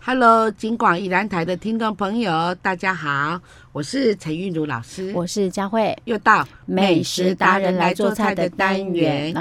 Hello，金广宜兰台的听众朋友，大家好，我是陈韵如老师，我是佳慧，又到老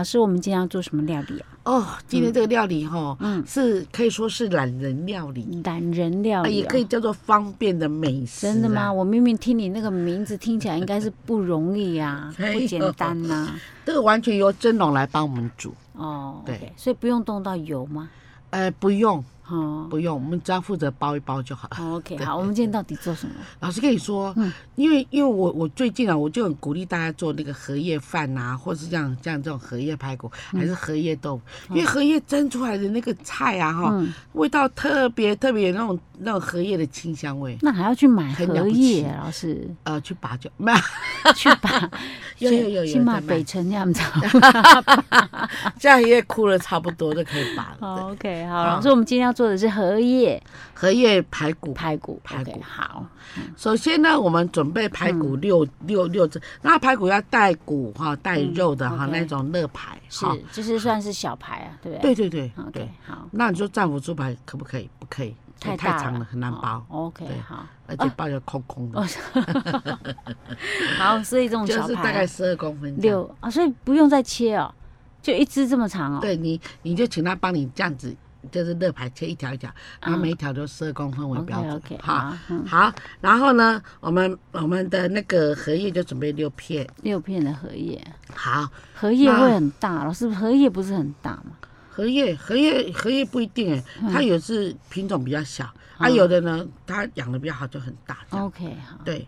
师，我们今天要做什么料理啊？哦。今天这个料理哈，嗯，是可以说是懒人料理，懒人料啊理、也啊，可以叫做方便的美食、真的吗？？我明明听你那个名字听起来应该是不容 易呀、没有不简单呐、 这个完全由蒸笼来帮我们煮，哦，对 OK，所以不用动到油吗？呃，不用哦不用，我们只要负责包一包就好了。哦，OK，好，我们今天到底做什么？老师跟你说，嗯因为因为我我最近啊，我就很鼓励大家做那个荷叶饭呐、或是这样这样这种荷叶排骨，嗯还是荷叶豆腐，因为荷叶蒸出来的那个菜啊，哈、嗯味道特别特别有那种那种荷叶的清香味。那还要去买很了荷不起叶，老 师呃，去拔就没有，去把有有有有去骂在卖北城那 样子。这样也哭了差不多就可以拔了。好哦 OK，好，老师，我们今天要做的是荷叶荷叶排骨，排骨，排骨 OK，好，首先呢，我们准备排嗯骨六、六六只，那排骨要带骨哈，带肉的哈、嗯 OK 那种肋排是哈。就是算是小排啊，对不对？对对对对。 ，OK，好。那你说战斧猪排可不可以？不可以，太太大长了，了，很难哦包，对 OK，好，而且包的空空的，好，所以这种就小是大排概啊十二公分这样。六啊，所以不用再切哦，就一只这么长哦。对你，你就请他帮你这样子，就是肋排切一条一条，然后每一条都十二公分为标准嗯 OK，OK，哈好嗯。好，然后呢，我们我们的那个荷叶就准备六片。六片的荷叶，好，荷叶那会很大，老师，荷叶不是很大吗？荷叶荷叶荷叶不一定哎，嗯它有是品种比较小，啊有的呢，它养的比较好就很大这样。 OK，好，对，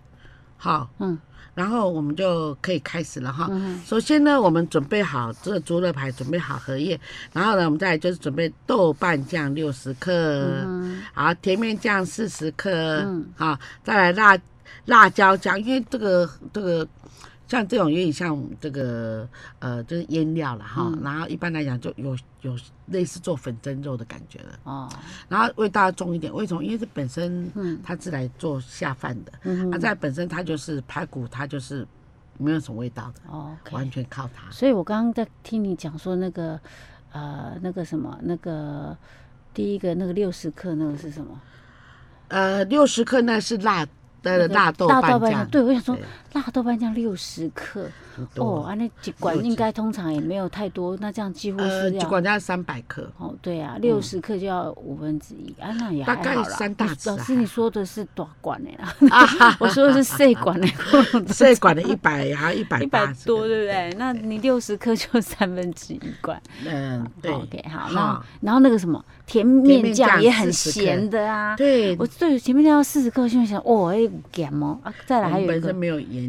好，嗯然后我们就可以开始了哈。嗯首先呢，我们准备好这个猪肋排，准备好荷叶，然后呢，我们再来就是准备豆瓣酱六十克，嗯好，甜面酱四十克，嗯好，再来辣辣椒酱，因为这个这个像这种有点像这个呃，就是腌料了哈，嗯然后一般来讲就有有类似做粉蒸肉的感觉了，哦，然后味道要重一点，为什么？因为这本身嗯它是来做下饭的，嗯它在本身它就是排骨，它就是没有什么味道的，完，OK。全靠它。所以我刚刚在听你讲说那个，呃，那个什么，那个第一个那个六十克那个是什么？呃，六十克那是辣那的个辣豆大豆瓣瓣酱，对，我想说对辣豆瓣酱六十克，很多哦，啊，那几管六应该通常也没有太多，那这样几乎呃，是就要、管家三百 克，哦，对啊，六十克就要五分之一，啊，那也大还概好啦。三大你匙老还师，你好啊说的是短管的啦，我说的是细管的，所以管的一百还有一百一百多，对不对？那你六十克就三分之一罐。嗯，对哦 OK，好，然后好然后那个什么甜面面酱酱也很40克咸的啊。对，我对前面那要四十克，我心里想，哦，哎，咸哦，啊，再我来还们有一本身个，哦没有盐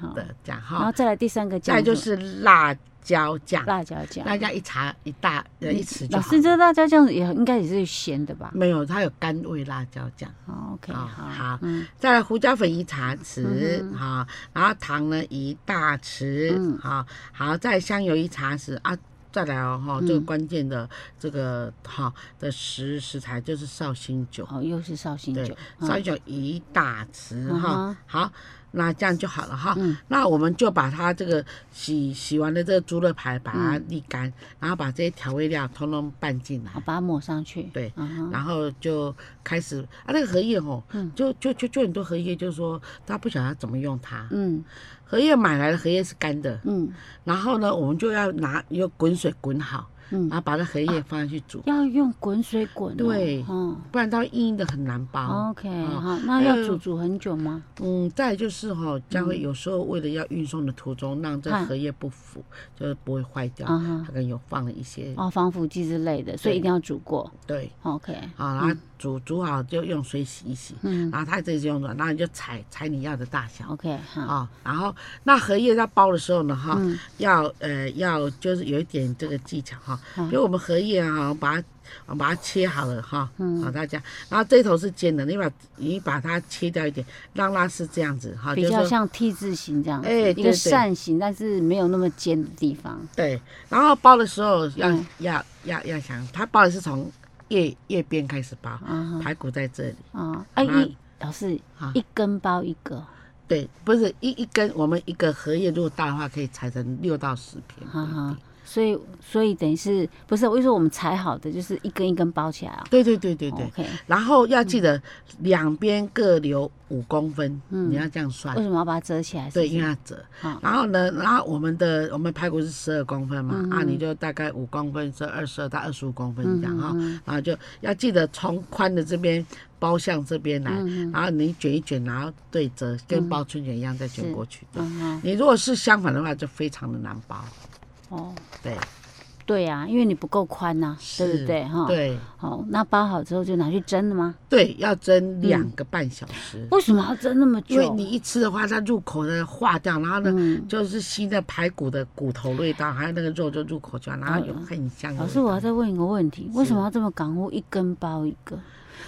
好的酱然哈后，再来第三个再酱来就是是辣椒酱，辣椒酱。辣椒一茶一大呃一匙就老好师，了。这辣椒酱也应该也是咸的吧？没有，它有甘味辣椒酱。哦，OK，啊好，嗯好嗯，再来胡椒粉一茶匙嗯，哈、然后糖呢一大匙嗯，哈、好，再来香油一茶匙啊，再来哦，哈、嗯这个关键的这个哈、的食食材就是绍兴酒，哦，又是绍兴对酒，，绍兴酒一大匙嗯哈、哼好，那这样就好了哈、嗯那我们就把它这个洗洗完的这个猪肋排，把它嗯沥干，然后把这些调味料通通拌进来好，。把它抹上去，对嗯哼，然后就开始啊，那个荷叶吼，嗯就就就就很多荷叶，就是说他不晓得怎么用它。嗯荷叶买来的荷叶是干的，嗯然后呢，我们就要拿用滚水滚好，然嗯，啊后把那荷叶放下去煮，要用滚水滚哦，对嗯不然它会硬硬的很难包。 ，OK，哦好，那要煮煮很久吗？嗯，再来就是哈，将会有时候为了要运送的途中，让这嗯荷叶不腐，就是不会坏掉，啊它哈，可能有放了一些哦，防腐剂之类的，所以呃对一定要煮过对， ，OK，好，然后煮煮好就用水洗一洗，嗯然后它这就用软，然后你就裁裁你要的大小。 ，OK，好，啊、然后那荷叶在包的时候呢，哈、嗯要呃要就是有一点这个技巧哈，好比如我们荷叶啊，把它我们把它切好了哈，嗯好大家，然后这头是尖的，你把你把它切掉一点，让它是这样子哈，比就是较说像 T 字形这样子，哎对一个对扇形，但是没有那么尖的地方，对，然后包的时候要、嗯要要要想，它包的是从叶叶边开始包，啊排骨在这里，哈，啊，哎，哦那一老师啊一根包一个，对，不是一一根，我们一个荷叶如果大的话，可以裁成六到十片，哈哈，所以所以等于是不是？我就说我们裁好的就是一根一根包起来啊。对对对对对。 OK，然后要记得两边各留五公分，嗯你要这样算为。什么要把它折起来？啊对，是因不为是它折。好然后呢，然后我们的我们排骨是十二公分嘛，嗯啊，嗯你就大概五公分，这二十二到二十五公分嗯这样哈、嗯然后就要记得从宽的这边包向这边来，嗯然后你卷一卷，然后对折，跟包春卷一样再卷是过去。对，嗯你如果是相反的话，就非常的难包。哼哦，对，对呀、因为你不够宽呐、对是不对？哈，。对好，那包好之后就拿去蒸了吗？对，要蒸两个半小时。为什么要蒸那么久？因为你一吃的话，它入口呢化掉，然后呢、嗯就是吸那排骨的骨头味道，还有那个肉就入口去了，然后有很香的味道。老师，我要再问一个问题：为什么要这么港务，一根包一个？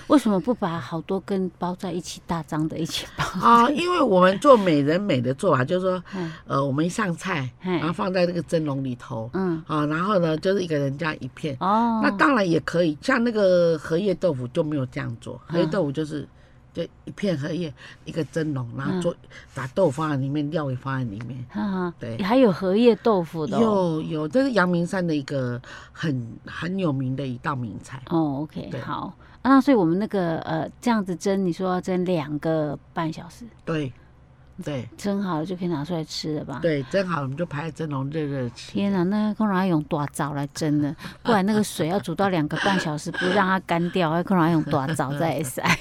为什么不把好多根包在一起，大张的一起 包？啊，因为我们做美人美的做法就是说嗯，呃，我们一上菜，嘿然后放在那个蒸笼里头，嗯，啊，然后呢就是一个人这样一片。哦，那当然也可以，像那个荷叶豆腐就没有这样做，荷叶嗯豆腐就是。就一片荷叶，一个蒸笼，然后嗯做把豆腐放在里面，料也放在里面。哈哈，对还有荷叶豆腐的哦。有有，这是阳明山的一个很很有名的一道名菜。哦，OK，对好、啊那所以我们那个呃，这样子蒸，你说要蒸两个半小时，对，对蒸好了就可以拿出来吃了吧？。对，蒸好我们就拍在蒸笼热热地吃。嗯天哪、那可能要用大灶来蒸的，不然那个水要煮到两个半小时，不让它干掉，还可能要用大灶 再晒。啊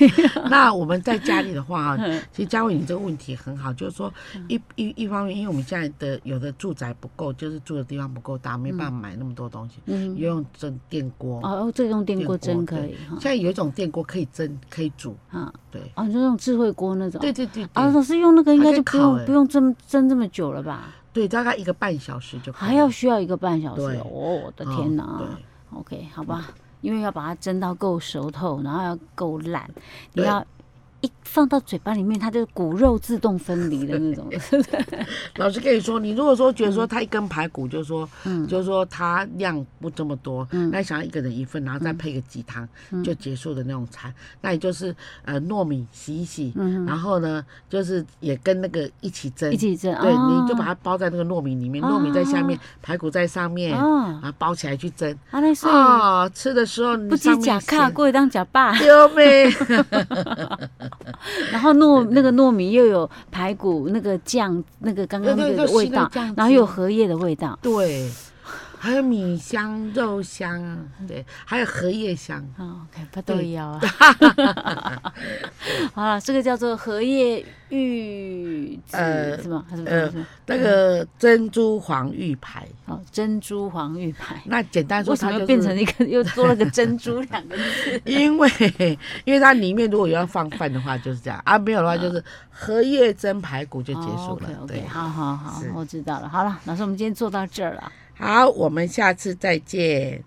那我们在家里的话啊，嗯其实嘉伟你这个问题很好，就是说一一一方面，因为我们现在的有的住宅不够，就是住的地方不够大，没办法买那么多东西，嗯，要用蒸电锅。哦，哦这个用电锅电蒸锅可对以哈现。在有一种电锅可以蒸，可以煮，啊，对，哦，你就用智慧锅那种。对对对对，啊，老师用那个应该就不还可以烤用欸不用蒸蒸这么久了吧？对，大概一个半小时就可以还要需要一个半小时对哦，我的嗯天哪、对 OK，好吧，因为要把它蒸到够熟透，然后要够烂，你对要一放到嘴巴里面，它就骨肉自动分离的 那种。老师跟你说，你如果说觉得说他一根排骨，就是说，嗯就是说它量不这么多，那想要一个人一份，然后再配个鸡汤，嗯就结束的那种餐，那也就是呃糯米洗一洗，然后呢，就是也跟那个一起蒸，嗯一起蒸对，哦你就把它包在那个糯米里面，哦糯米在下面，排骨在上面，哦然后包起来去蒸。啊，那所以哦，吃的时候你不上止面假卡咸过当假霸， 丢呗，然后糯那个糯米又有排骨那个酱那个刚刚对那对个就味新的道酱，然后又有汁荷叶的味道。对，还有米香、肉香，对，还有荷叶香。哦，OK，不都一样啊。啊 好了，这个叫做荷叶玉子呃是吗？还是什么呃什么？，那个珍珠黄玉牌，哦，珍珠黄玉牌。那简单说为什它么就又是变成 一个又多了个珍珠两个字？因为因为它里面如果有要放饭的话就是这样啊，没有的话就是荷叶蒸排骨 就结束了。 o k 对 OK，，好哦好好是，我知道了。好了，老师，我们今天做到这儿了。好，我们下次再见。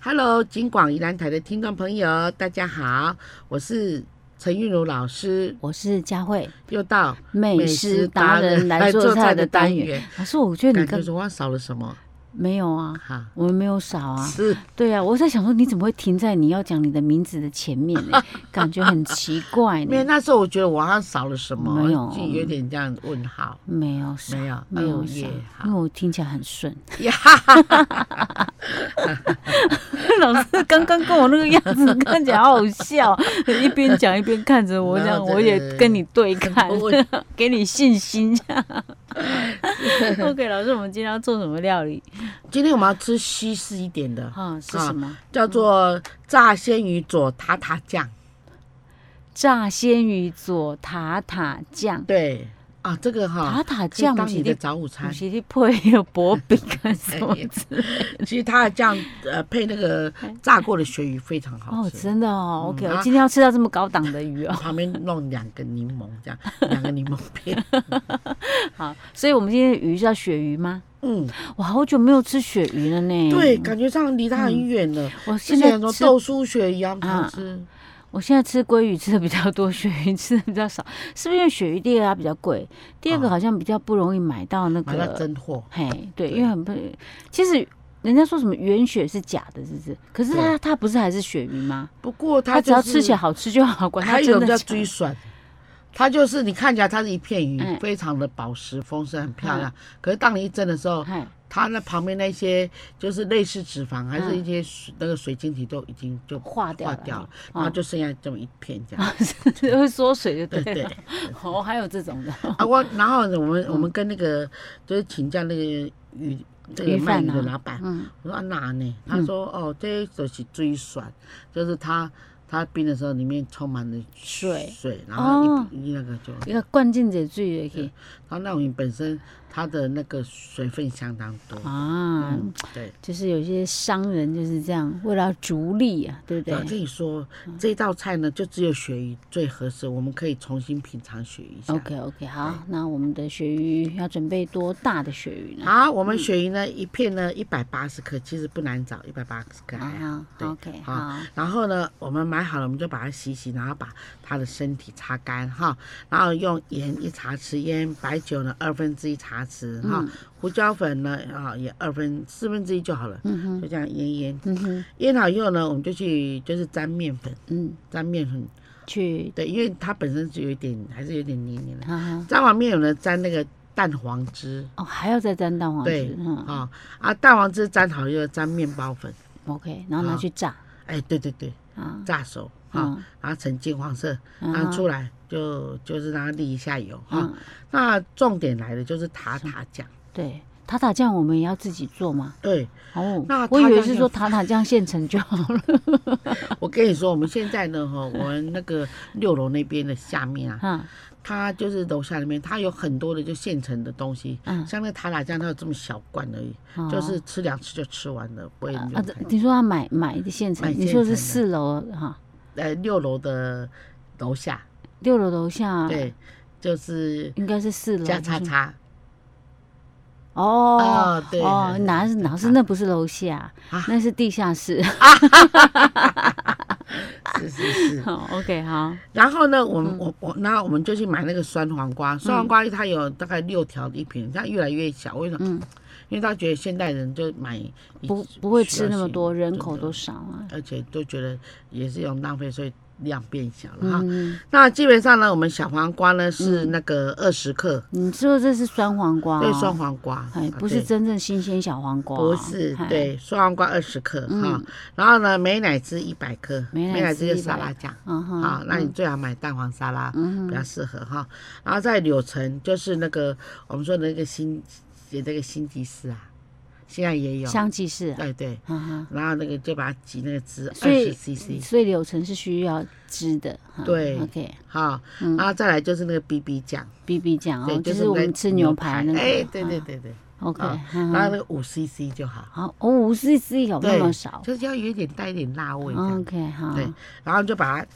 Hello，金广宜兰台的听众朋友，大家好，我是陈韵如老师，我是佳慧，又到美食达人哎来做菜的单元。，老师，我觉得感你觉跟总忘少了什么没有啊，哈。我们没有少啊。是对啊，我在想说，你怎么会停在你要讲你的名字的前面 呢？感觉很奇怪没有，嗯呢。那时候我觉得我好像少了什么，没有就有点这样问号。没有少，没有没有哦少，耶好因为我听起来很顺。呀，哈哈 老师刚刚跟我那个样子看起来好好笑， 一边讲一边看 着我，这样没有我也这跟你对看很多问，给你 信心。OK，老师，我们今天要做什么料理？今天我们要吃西式一点的，啊，是什么？叫做炸鲜鱼佐塔塔酱。炸鲜鱼佐塔塔酱，对啊，这个哈、塔塔可以酱不当是你的你早午不餐。哎是你配有薄饼还是什么之类的？ 其实它的酱呃配那个炸过的鳕鱼非常好嗯哦，吃。真的哦嗯，OK，啊我今天要吃到这么高档的鱼哦。旁边弄两个柠檬，这 样两个柠檬片，好，所以我们今天的鱼叫鳕鱼吗？嗯，我好久没有吃鳕鱼了呢。对，，感觉上离它很远了。我之嗯现在前说吃豆酥鳕鱼要常啊吃，我现在吃鲑鱼吃的比较多， 鳕鱼吃的比较少，是不是因为鳕鱼第一个它比较贵，第二个哦好像比较不容易买到那买到个，真货。嘿，对对，因为很不，其实人家说什么原鳕是假的，是不是？可是它它不是还是鳕鱼吗？不过它它只要就吃是起来好吃就好，管它还有真一种的叫假追的。酸，它就是你看起来它是一片鱼，哎非常的宝石丰盛，很漂嗯亮。可是当你一蒸的时候，哎，它那旁边那些就是类似脂肪，还是嗯一些水那个水晶体都已经就化掉化了掉了，哦然后就剩下这么一片这样。 是会缩水就对对对了。哦，还有这种的，啊，我然后呢我们嗯我们跟那个就是请教那个鱼这个鱼卖贩鱼的啊老板，嗯，我说啊哪呢？他说、哦，这就是最酸，就是它它冰的时候里面充满了水水，然后一、哦一那个就，一个灌进这水也可以它那种鱼本身它的那个水分相当多，啊。嗯，对。就是有些商人就是这样，为了逐利啊，对不嗯我跟对你说，这道菜呢，就只有鳕鱼最合适，我们可以重新品尝鳕鱼一下。 ？OK OK，好，哎那我们的鳕鱼要准备多大的鳕鱼呢？好，我们鳕鱼呢，一片呢一百八十克，其实不难找，一百八十克还好。啊对，OK，好好，然后呢，我们买好了，我们就把它洗洗，然后把它的身体擦干哈，然后用盐一茶匙，腌白酒呢二分之一茶匙嗯哈，胡椒粉呢啊也二分四分之一就好了，嗯哼，就这样腌腌，嗯哼，腌好以后呢，我们就去就是沾面粉，嗯，沾面粉，去，对，因为它本身是有一点还是有点黏黏的，哈哈，沾完面粉呢，沾那个蛋黄汁，哦，还要再沾蛋黄对汁，，嗯啊啊蛋黄汁沾好以后沾面包粉， ，OK，然后拿好去炸哎对对对，啊，炸熟哈。嗯然后呈金黄色，嗯然后哼出来就就是让它沥一下油哈、嗯，那重点来了，就是塔塔酱。对，塔塔酱我们也要自己做吗？对，哦那，我以塔为塔是酱说塔塔酱现成就好了我跟你说，我们现在呢，哈，我们那个六楼那边的下面啊， 啊，它就是楼下那边，它有很多的就现成的东西，嗯像那塔塔酱，它有这么小罐而已，就是吃两次就吃完了，不会啊，留啊这太多。你说他买买的现成买，你现说是成四楼哈，呃，六楼的楼下，六楼楼下，，对，就是应该是四楼加就叉是 叉哦哦，对哦，嗯哪是哪是那不是楼下啊，那是地下室。是是 是。好，OK，好，然后呢，我嗯们、我我，那我们就去买那个酸黄瓜，酸黄瓜它有大概六条一瓶，它越来越小，为什么？嗯因为他觉得现代人就买一不不会需要吃那么性多，人真口的都少啊。而且都觉得也是一种浪费，所以量变小了哈。嗯，那基本上呢，我们小黄瓜呢是那个二十克，嗯你说这是酸黄瓜、啊对，酸，黄瓜，哦哎，啊不是对真正新鲜小黄瓜、不是哎，嗯对，酸黄瓜二十克哈，然后呢，美乃滋一百克，美乃美乃滋滋就是100沙拉酱，嗯哼，啊，那你最好买蛋黄沙拉，嗯比较适合哈。然后再柳橙，就是那个我们说的那个新，那个新吉士啊，现在也有，哎香气是、啊，对对。嗯然后那个就把它挤那个汁，所二以十 CC 所以柳橙是需要汁的。哈对，OK，哈，然后再来就是那个 BB 酱， B B 酱对嗯哦，，就是是我在们吃牛排那个。哎，对对啊对对， ，OK，啊嗯然后那个五 CC 就好，好，哦，五 C C 有那对么少就是要有一点带一点辣味这样， ，OK，好，对，然后就把它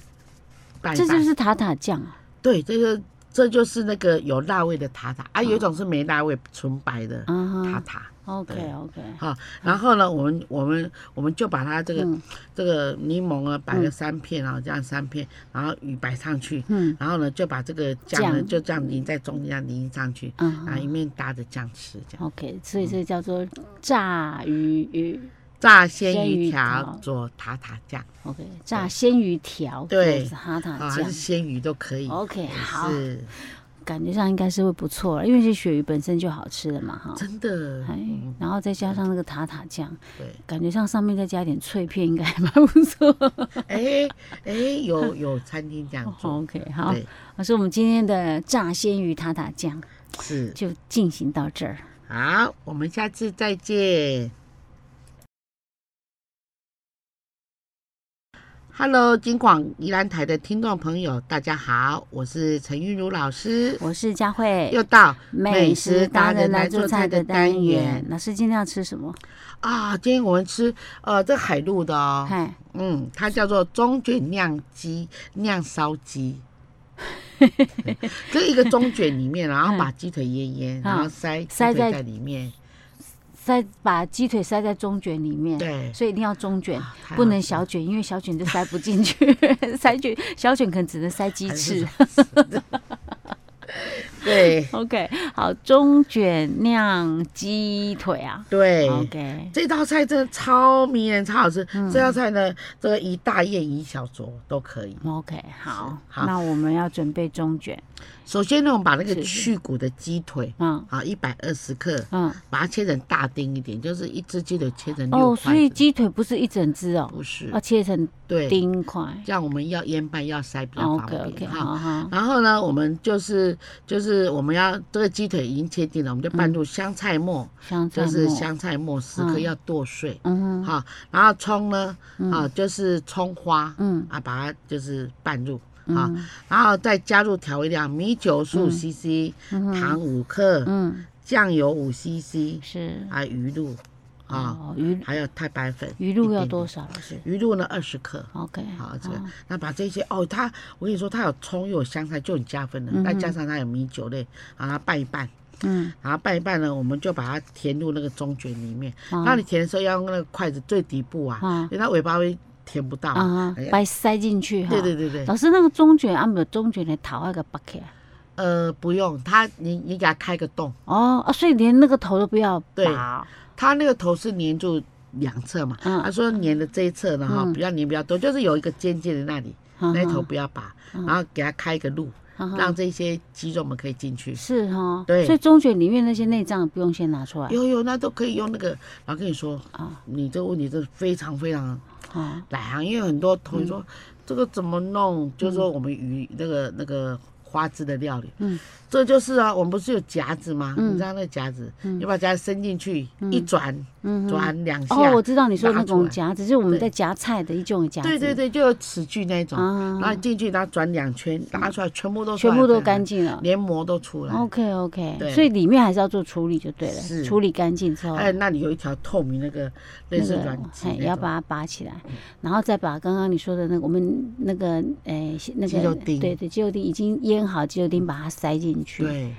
拌一这就拌，是塔塔酱啊。对，这就这就是那个有辣味的塔塔啊，有一种是没辣味纯白的嗯哼塔塔。对 OK OK，好，然后呢，我们我们我们就把它这个、嗯这个柠檬啊摆了三片啊，这样三片，然后鱼摆上去，嗯然后呢就把这个酱呢酱就这样淋在中间，这样淋上去，嗯哦然后一面搭着酱吃，这样 OK，所嗯以这叫做炸鱼鱼炸鲜鲜鱼鱼条条做塔塔酱， ，OK，炸鲜鱼条，对做塔啊塔还是酱鲜鱼都可以， ，OK，好，是感觉上应该是会不错了，因为这鳕鱼本身就好吃了嘛，哈，真的，嗯哎，然后再加上那个塔塔酱，对，感觉上上面再加点脆片，应该还蛮 不错。哎哎有有餐厅这样做， OK，好，哦对，老师，我们今天的炸鲜鱼塔塔酱是就进行到这儿。好，我们下次再见。Hello，金广宜兰台的听众朋友，大家好，我是陈玉茹老师，我是佳慧，又到美食达人来做菜的单元。老师今天要吃什么？啊！今天我们吃呃这海陆的哦，嗨，嗯，它叫做中卷酿鸡酿烧 鸡。这一个中卷里面，然后把鸡腿腌腌，然后塞鸡塞腿在在里面，塞把鸡腿塞在中卷里面，对所以一定要中卷啊太好，不能吃小卷，因为小卷就塞不进 哎去，塞卷小卷可能只能塞鸡还是翅。什么 对 OK，好，中卷酿鸡腿啊。对。 OK，嗯这道菜真的超迷人，超好吃。这道菜呢，这个一大宴一小酌都可以。 OK，好，好那我们要准备中卷，首先呢，我们把那个是是去骨的鸡腿，啊嗯好，一百二十克，嗯，把它切成大丁一点，就是一只鸡腿切成六哦，块。所以鸡腿不是一整只哦，不是要切成对，丁块。哦这样我们要腌拌要塞比较方 OK 便 OK，哈。啊好好，然后呢，我们就是就是我们要这个鸡腿已经切定了，我们就拌入香菜末，嗯香菜就是末，香菜末十克嗯要剁碎，嗯哼好、然后葱呢，啊就是葱花，嗯啊把它就是拌入。啊，嗯然后再加入调味料，米酒数 CC，、糖五克，嗯，酱油五 CC，是啊鱼露，啊、哦，鱼还有太白粉，鱼露一点要点多少？老师鱼露呢二十克， ？OK，嗯好，这个，那把这些哦，它我跟你说，它有葱又有香菜，就很加分了。再加上它有米酒类，把它拌一拌，嗯，然后拌一拌呢，我们就把它填入那个中卷里面。好那你填的时候要用那个筷子最底部啊，啊因为它尾巴会填不到啊哎，呀把它塞进去哈。对对对对，老师，那个中卷啊，没有中卷的头那个啊拔起来。呃，不用它，你你给它开个洞，哦啊，所以连那个头都不要对拔哦。它那个头是粘住两侧嘛。嗯他说粘的这一侧呢哈，嗯不要粘比较多，就是有一个尖尖的那里，嗯那一头哼不要拔，然后给它开一个路，嗯哼让这些肌肉们可以进去。是哈，对所以中卷里面那些内脏不用先拿出来有有，那都可以用那个。然后跟你说，啊你这个问题真的非常非常啊，难行，因为很多同嗯学说、这个怎么弄，就是说我们鱼那个那个花枝的料理，嗯，这就是啊，我们不是有夹子吗？嗯你知道那个夹子，你把夹子伸进去，一转嗯哼。转两下，哦，我知道你说的那拿出种来夹子，就是我们对在夹菜的一种夹子，对对对，就有齿具那种，啊嗯然后进去，然后转两圈，拉出来，全部都出来全部都对干净哦了。连膜都出来。 OK OK，对所以里面还是要做处理就对了，是处理干净之后，哎，那里有一条透明那个类似软嘿筋，哎要把它拔起来，嗯然后再把刚刚你说的那个我们那个诶那鸡肉个丁对对鸡肉丁已经腌好鸡肉丁，把它塞进去。对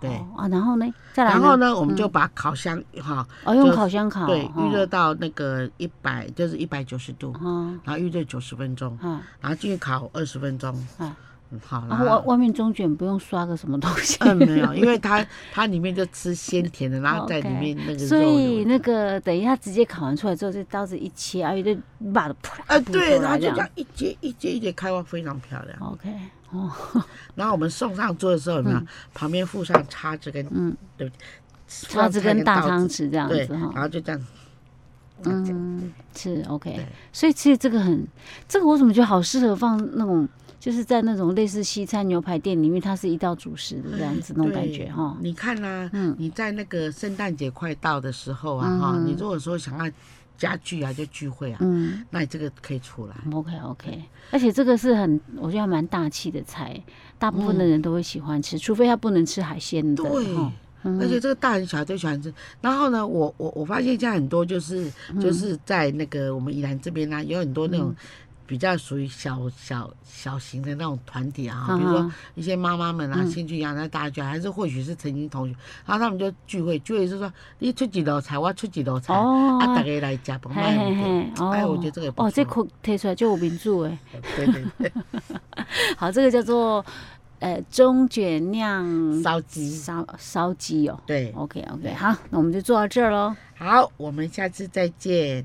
对。哦啊，然后呢，嗯再来然后呢，我们就把烤箱哈，哦用就烤箱烤，对，哦预热到那个一百，就是一百九十度，哦然后预热九十分钟，啊然后进去烤二十分钟，啊，嗯好，然然后外后。外面中卷不用刷个什么东西，嗯，没有，因为它它里面就吃鲜甜的，然后在 OK 里面那个肉所以有，那个等一下直接烤完出来之后，这刀子一切，啊，有就把它扑啦呃，扑对，出然后来就这这样样。一节一节一节开花，非常漂亮。 OK，哦，然后我们送上桌的时候，有没有旁边附上叉子跟嗯，对不起，叉子跟大刀汤匙这样对，子哈然。后就这样，嗯，是 OK 对。所以其实这个很，这个我怎么觉得好适合放那种，就是在那种类似西餐牛排店里面，它是一道主食的这样子那种感对觉哈。嗯你看呐、你在那个圣诞节快到的时候啊，哈、你如果说想要家具啊，就聚会啊，嗯那你这个可以出来。 ，OK OK。而且这个是很，我觉得还蛮大气的菜，大部分的人都会喜欢吃，除非他不能吃海鲜的。嗯对哈，嗯而且这个大人小孩都喜欢吃。然后呢，我我我发现现在很多就是、嗯就是在那个我们宜兰这边呢、有很多那种。比较属于小小小型的那种团体啊，比如嗯说哼嗯一些妈妈们啊，兴趣养在大家，还是或许是曾经同学，然后他们就聚会，聚会是说你出几道菜，我出几道菜，哦啊，大家来夹，不嘿卖嘿嘿，哦，哎，我觉得这个也不哦，这错口推出来就有民主哎。对对对，好，这个叫做呃中卷酿烧鸡，烧 烧鸡哦。对， OK OK，好，那我们就做到这儿喽。好，我们下次再见。